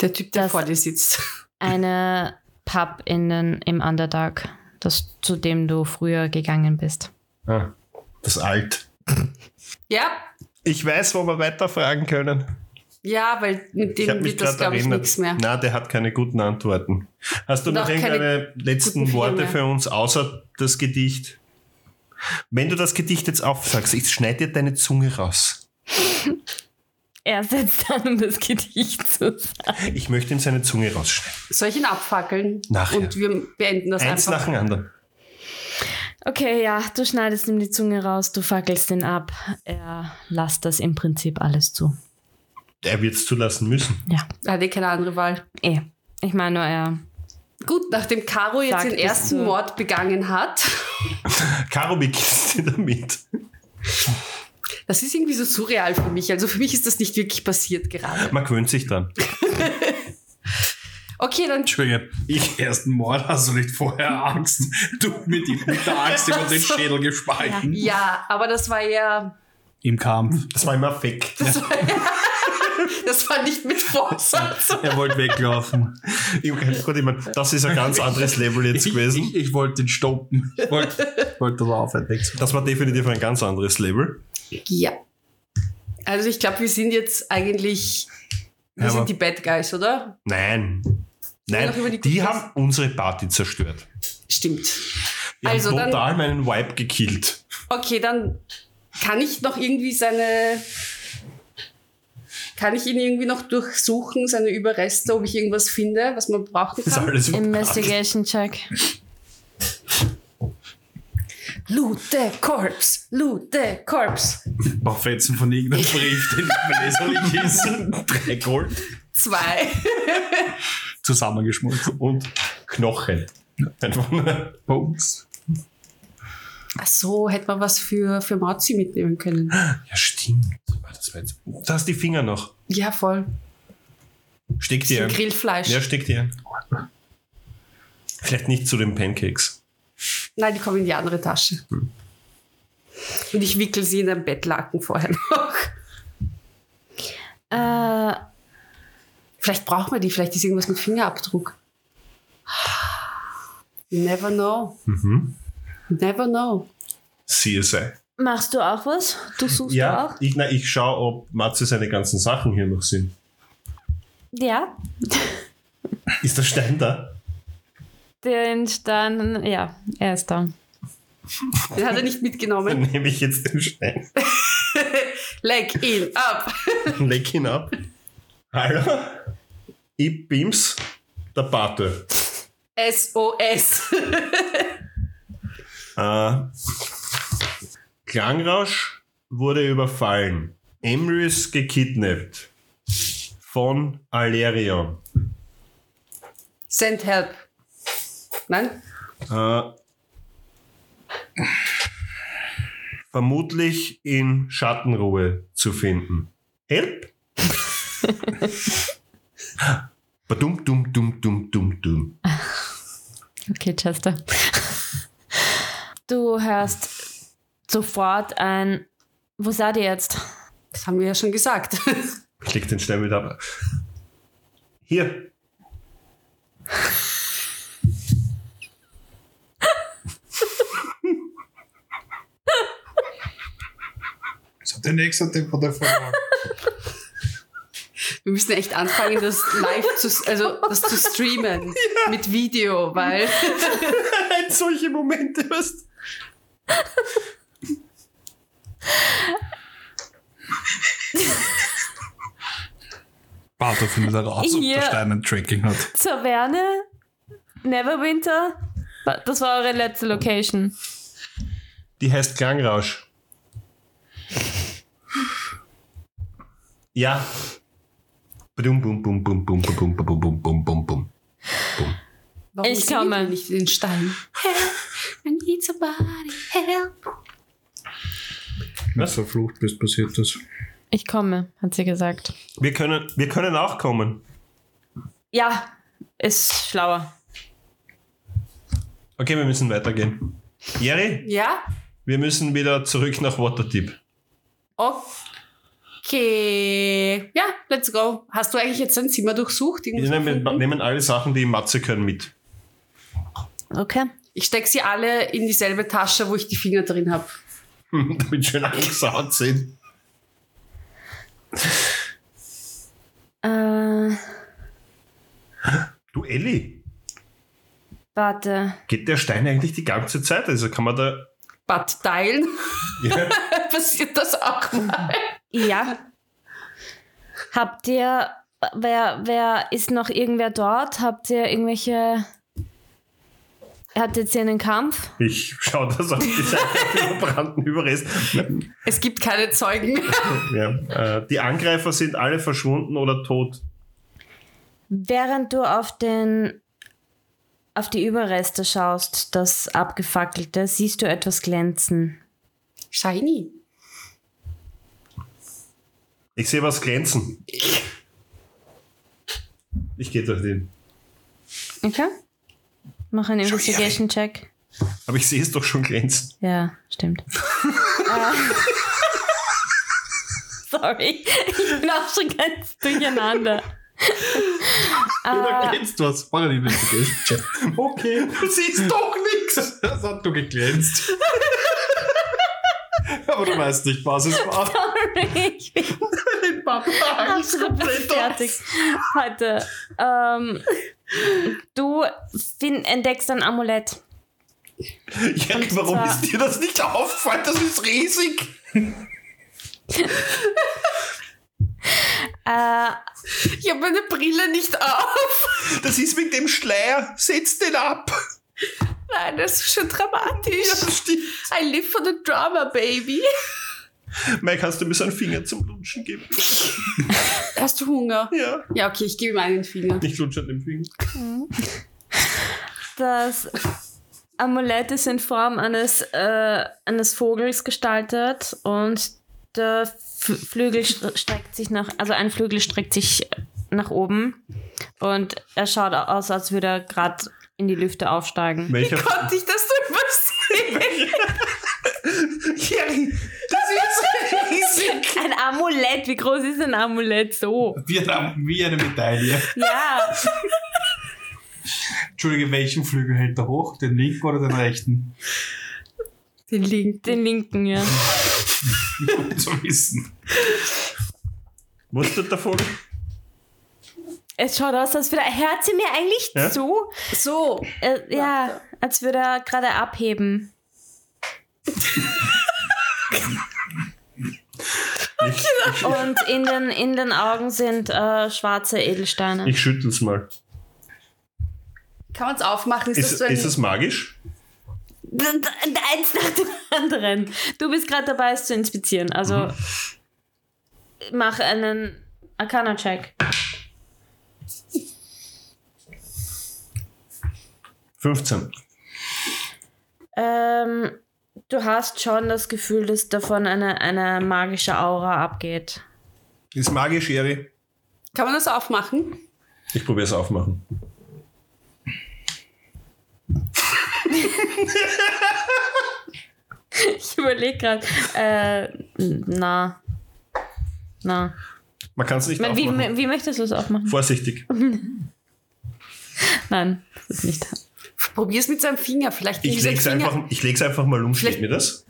S3: Der Typ, der
S1: Das-
S3: vor dir sitzt.
S1: Eine Pub in den, im Underdark, das, zu dem du früher gegangen bist.
S2: Ah, das Alt.
S3: Ja.
S2: Ich weiß, wo wir weiterfragen können.
S3: Ja, weil mit
S2: Ich habe
S3: dem
S2: mich
S3: wird das,
S2: gerade
S3: glaube ich,
S2: erinnert.
S3: nichts mehr.
S2: Na, der hat keine guten Antworten. Hast du
S3: Und
S2: noch
S3: auch keine
S2: irgendeine letzten
S3: guten
S2: Worte
S3: Filme.
S2: für uns, außer das Gedicht? Wenn du das Gedicht jetzt aufsagst, ich schneide dir deine Zunge raus.
S1: Er setzt an, um das Gedicht zu sagen.
S2: Ich möchte ihm seine Zunge rausschneiden.
S3: Soll ich ihn abfackeln?
S2: Nachher.
S3: Und wir beenden das
S2: Eins
S3: einfach.
S2: nach dem anderen.
S1: Okay, ja, du schneidest ihm die Zunge raus, du fackelst ihn ab. Er lasst das im Prinzip alles zu.
S2: Er wird es zulassen müssen.
S1: Ja,
S3: Er hatte keine andere Wahl.
S1: eh. Ich meine, er.
S3: Gut, nachdem Caro jetzt
S1: Sag
S3: den
S1: das
S3: ersten
S1: so.
S3: Mord begangen hat,
S2: Caro beginnt damit.
S3: das ist irgendwie so surreal für mich. Also für mich ist das nicht wirklich passiert gerade.
S2: Man gewöhnt sich dran.
S3: Okay, dann
S4: Entschuldigung, ich ersten Mord, hast du nicht vorher Angst? Du mit, ihm- mit der Axt über den Schädel gespalten.
S3: Ja, aber das war ja.
S4: Im Kampf.
S2: Das war im Affekt.
S3: Das war nicht mit Vorsatz.
S4: Er wollte weglaufen.
S2: Ich kann- Gut, ich meine, das ist ein ganz anderes Level jetzt
S4: Ich,
S2: gewesen.
S4: ich, ich wollte ihn stoppen. Ich wollte wollt das aufhören.
S2: Das war definitiv ein ganz anderes Level.
S3: Ja. Also ich glaube, wir sind jetzt eigentlich. Wir
S4: Ja, aber-
S3: sind die Bad Guys, oder?
S2: Nein. Nein,
S3: doch über die
S2: die,
S3: Cookies.
S2: haben unsere Party zerstört.
S3: Stimmt.
S2: Die
S3: Also
S2: haben
S3: dann-
S2: total meinen Vibe gekillt.
S3: Okay, dann kann ich noch irgendwie seine. Kann ich ihn irgendwie noch durchsuchen, seine Überreste, ob ich irgendwas finde, was man brauchen
S2: Das ist
S3: kann?
S2: alles
S1: Investigation Check.
S3: Loot the corpse! Loot the corpse!
S4: Boah, Fetzen von irgendeinem Brief, den ich lese, ist
S2: Drei Gold
S3: Zwei.
S4: zusammengeschmolzen.
S2: und Knochen. Einfach nur.
S4: Bums.
S3: Ach so, hätte man was für, für Mauzi mitnehmen können.
S2: Ja, stimmt. Ah, Das war jetzt. Du hast die Finger noch.
S3: Ja, voll.
S2: Steck die ein.
S3: Grillfleisch.
S2: Ja, steck die ein. Vielleicht nicht zu den Pancakes.
S3: Nein, die kommen in die andere Tasche.
S2: Hm.
S3: Und ich wickel sie in ein Bettlaken vorher noch.
S1: Äh,
S3: Vielleicht brauchen wir die, vielleicht ist irgendwas mit Fingerabdruck. Never know.
S2: Mhm.
S3: Never know.
S2: CSI.
S1: Machst du auch was? Du suchst du
S2: Ja,
S1: auch?
S2: ich, na, ich schaue, ob Matze seine ganzen Sachen hier noch sind.
S1: Ja.
S2: Ist der Stein da?
S1: Den Stein, ja, er ist da.
S3: Den hat er nicht
S2: Dann
S3: mitgenommen.
S2: nehme ich jetzt den Stein
S3: Leg ihn ab.
S2: und leg ihn ab. Hallo? Ich bims der Pate.
S3: SOS.
S2: Äh, Klangrausch wurde überfallen. Emrys gekidnappt. Von Alerion.
S3: Send help. Nein?
S2: Äh, vermutlich in Schattenruhe zu finden. Help! Badum, dum, dum, dum, dum, dum.
S1: Okay, Chester. Du hörst sofort ein. Wo seid ihr jetzt?
S3: Das haben wir ja schon gesagt.
S2: Ich leg den Stein wieder ab. Hier.
S4: So, der nächste Tipp von der Frage.
S3: Wir müssen echt anfangen, das live zu, also das zu streamen mit Video, weil
S2: solche Momente hast.
S4: Bartel findet heraus, ob
S1: Ja.
S4: der Stein ein Tracking hat.
S1: Saverne? Neverwinter? Das war eure letzte Location.
S2: Die heißt Klangrausch. Ja. Badum, bum, bum, bum, bum, bum, bum, bum, bum, bum, bum, bum.
S3: warum
S1: Ich
S3: sehen
S1: komme.
S3: wir nicht den Stein.
S4: Was verflucht bist, passiert das.
S1: Ich komme, hat sie gesagt.
S2: Wir können, wir können auch kommen.
S1: Ja, ist schlauer.
S2: Okay, wir müssen weitergehen. Jerry,
S3: Ja?
S2: wir müssen wieder zurück nach Waterdeep.
S3: Okay. Ja, let's go. Hast du eigentlich jetzt dein Zimmer durchsucht?
S2: Wir
S3: Irgendwas
S2: nehmen,
S3: gefunden?
S2: nehmen alle Sachen, die Matze können, mit.
S1: Okay.
S3: Ich stecke sie alle in dieselbe Tasche, wo ich die Finger drin habe.
S2: Damit schön angesaut sind.
S1: Äh,
S2: Du Elli,
S1: warte.
S2: geht der Stein eigentlich die ganze Zeit? Also kann man da.
S3: Bad teilen.
S2: Ja,
S3: Passiert das auch mal?
S1: Ja. Habt ihr, wer, wer ist noch irgendwer dort? Habt ihr irgendwelche, hattet ihr einen Kampf?
S2: ich schaue, dass auf die Seite der verbrannten Überrest.
S3: Es gibt keine Zeugen mehr.
S2: Ja. Äh, die Angreifer sind alle verschwunden oder tot.
S1: Während du auf den, auf die Überreste schaust, das abgefackelte, siehst du etwas glänzen.
S3: Shiny.
S2: Ich sehe was glänzen. Ich gehe durch den.
S1: Okay. Mach einen Investigation-Check.
S2: Aber ich sehe es doch schon glänzen.
S1: Ja, stimmt. Äh, Sorry, ich bin auch schon ganz durcheinander.
S4: Da glänzt was. Mach eine Investigation. Okay. Du siehst doch nichts. Das hat nur geglänzt. Aber du weißt nicht, was es war.
S1: ich bin absolut fertig heute. Ähm, du fin- entdeckst ein Amulett.
S2: Ja, warum
S1: zwar-
S2: ist dir das nicht aufgefallen? Das ist riesig.
S1: Äh,
S3: Ich habe meine Brille nicht auf.
S2: Das ist mit dem Schleier. Setz den ab.
S3: Nein, das ist schon dramatisch.
S2: Das stimmt.
S3: I live for the drama, baby.
S2: Mike, hast du mir so einen Finger zum Lutschen geben?
S3: Hast du Hunger?
S2: Ja.
S3: Ja, okay, ich gebe ihm einen Finger.
S2: Ich lutsche an dem Finger.
S1: das Amulett ist in Form eines, äh, eines Vogels gestaltet und der F Flügel st- streckt sich nach, also ein Flügel streckt sich nach oben und er schaut aus, als würde er gerade in die Lüfte aufsteigen.
S2: Welcher?
S3: Konnte ich das so übersehen?
S2: Jerry, das ist riesig.
S1: Ein Amulett, wie groß ist ein Amulett so?
S4: Wie, eine- wie eine Medaille.
S1: Ja,
S4: Entschuldige, welchen Flügel hält er hoch? Den linken oder den rechten?
S3: Den Link.
S1: den linken, ja.
S4: Um zu wissen.
S2: Mustert davon.
S1: Es schaut aus, als würde er, hört sie mir eigentlich
S2: Ja?
S1: zu?
S3: So,
S1: Äh, ja, als würde er gerade abheben. Und in den, in den Augen sind äh, schwarze Edelsteine.
S2: Ich schüttel's mal.
S3: kann man es aufmachen? Ist,
S2: Ist,
S3: das so ein,
S2: ist es magisch?
S1: D- d- Eins nach dem anderen. Du bist gerade dabei, es zu inspizieren. Also mach einen Arcana-Check.
S2: 15.
S1: Ähm, du hast schon das Gefühl, dass davon eine, eine magische Aura abgeht.
S2: Ist magisch, Eri?
S3: kann man das aufmachen?
S2: Ich probiere es aufmachen.
S1: Ich überlege gerade. Äh, na. Na.
S2: Man kann es nicht
S1: Ich mein,
S2: aufmachen.
S1: wie, wie möchtest du es aufmachen?
S2: Vorsichtig.
S1: Nein, das ist nicht.
S3: Probier es mit seinem Finger. Vielleicht
S2: Ich
S3: ist sein
S2: leg's
S3: Finger-
S2: einfach, ich leg's einfach mal um. Steht
S3: Vielleicht-
S2: mir das?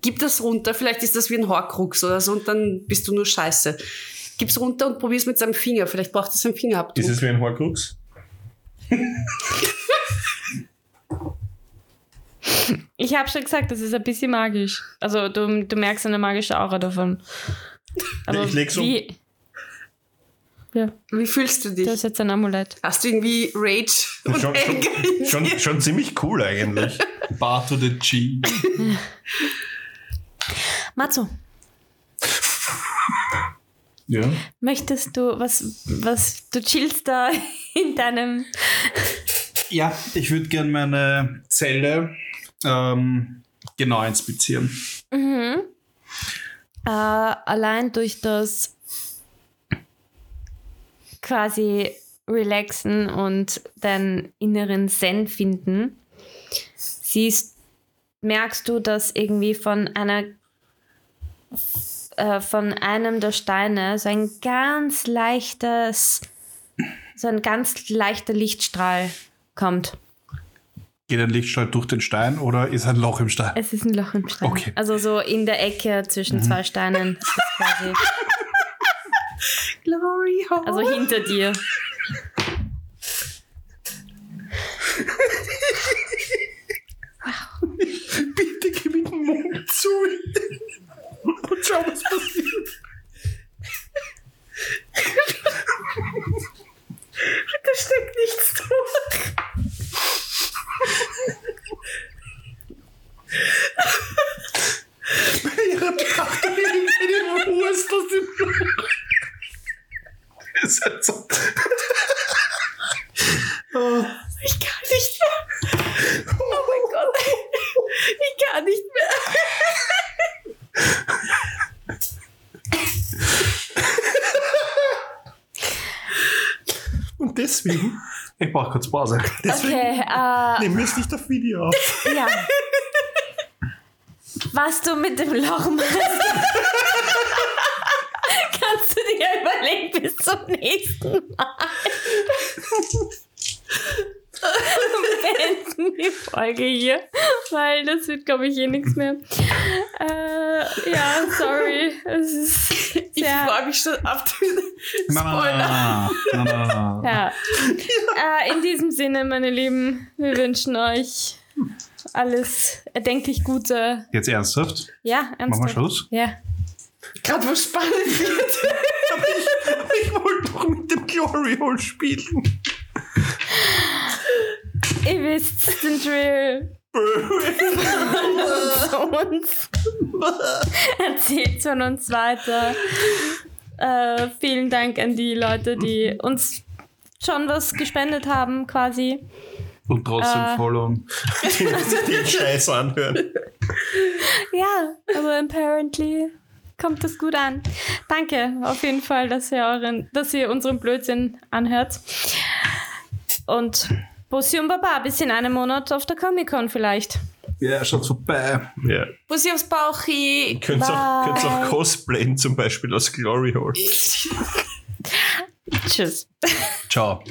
S3: Gib das runter, vielleicht ist das wie ein Horcrux oder so und dann bist du nur scheiße. Gib's runter und probier's mit seinem Finger. Vielleicht braucht es seinen Fingerabdruck.
S2: Ist es wie ein Horcrux?
S1: Ich habe schon gesagt, das ist ein bisschen magisch. Also du, du merkst eine magische Aura davon. Aber
S2: ich leg's um.
S1: wie, Ja,
S3: wie fühlst du dich?
S1: das Also ist jetzt ein Amulett.
S3: Hast du irgendwie Rage
S2: Das
S3: und
S2: ist schon,
S3: Ärger?
S2: schon, schon, schon ziemlich cool eigentlich.
S4: Bar to the G.
S1: Matsu,
S4: Ja.
S1: möchtest du was, was, du chillst da in deinem...
S4: Ja, ich würde gerne meine Zelle ähm, genau inspizieren.
S1: Äh, allein durch das quasi relaxen und deinen inneren Zen finden, siehst, merkst du, dass irgendwie von einer äh, von einem der Steine so ein ganz leichtes, so ein ganz leichter Lichtstrahl kommt.
S4: Geht ein Lichtstrahl durch den Stein oder ist ein Loch im Stein?
S1: Es ist ein Loch im Stein.
S4: Okay.
S1: Also so in der Ecke zwischen zwei Steinen. Ist quasi,
S3: Glory Hole.
S1: also hinter dir.
S2: Bitte gib ihm den Mund zu. Und schau, was passiert.
S3: da steckt nichts drin. Ich kann nicht mehr. Oh mein Gott. Ich kann nicht mehr.
S2: Und deswegen
S4: Ich brauche kurz Pause.
S1: Okay, äh,
S2: nehmen wir es nicht auf Video auf.
S1: Ja. Was du mit dem Loch machst, kannst du dir überlegen bis zum nächsten Mal. Und beenden die Folge hier, weil das wird, glaube ich, eh nichts mehr. Äh, ja, sorry. Es ist sehr,
S3: Ich freue mich schon auf den
S4: Nein, nein, nein, nein, nein, nein,
S1: ja.
S4: nein.
S1: Äh, in diesem Sinne, meine Lieben, wir wünschen euch alles erdenklich Gute.
S4: Jetzt ernsthaft?
S1: Ja, ernsthaft.
S4: Machen wir Schluss?
S1: Ja.
S3: Gerade was spannend wird.
S2: Ich wollte doch mit dem Glory Hole spielen.
S1: Ihr wisst, es sind real. Von uns. Erzählt von uns weiter. Äh, vielen Dank an die Leute, die uns schon was gespendet haben, quasi.
S4: Und trotzdem
S1: Äh.
S4: folgen.
S2: Die muss sich den Scheiß anhören.
S1: Ja, aber apparently kommt das gut an. Danke auf jeden Fall, dass ihr, euren, dass ihr unseren Blödsinn anhört. Und Bussi und Baba bis in einem Monat auf der Comic-Con vielleicht.
S4: Ja, schaut vorbei.
S2: Ja.
S1: Bussi aufs Bauchi.
S2: Könnt auch, könnt's auch
S1: Bye.
S2: cosplayen, zum Beispiel aus Glory Hole.
S1: Tschüss.
S4: Ciao.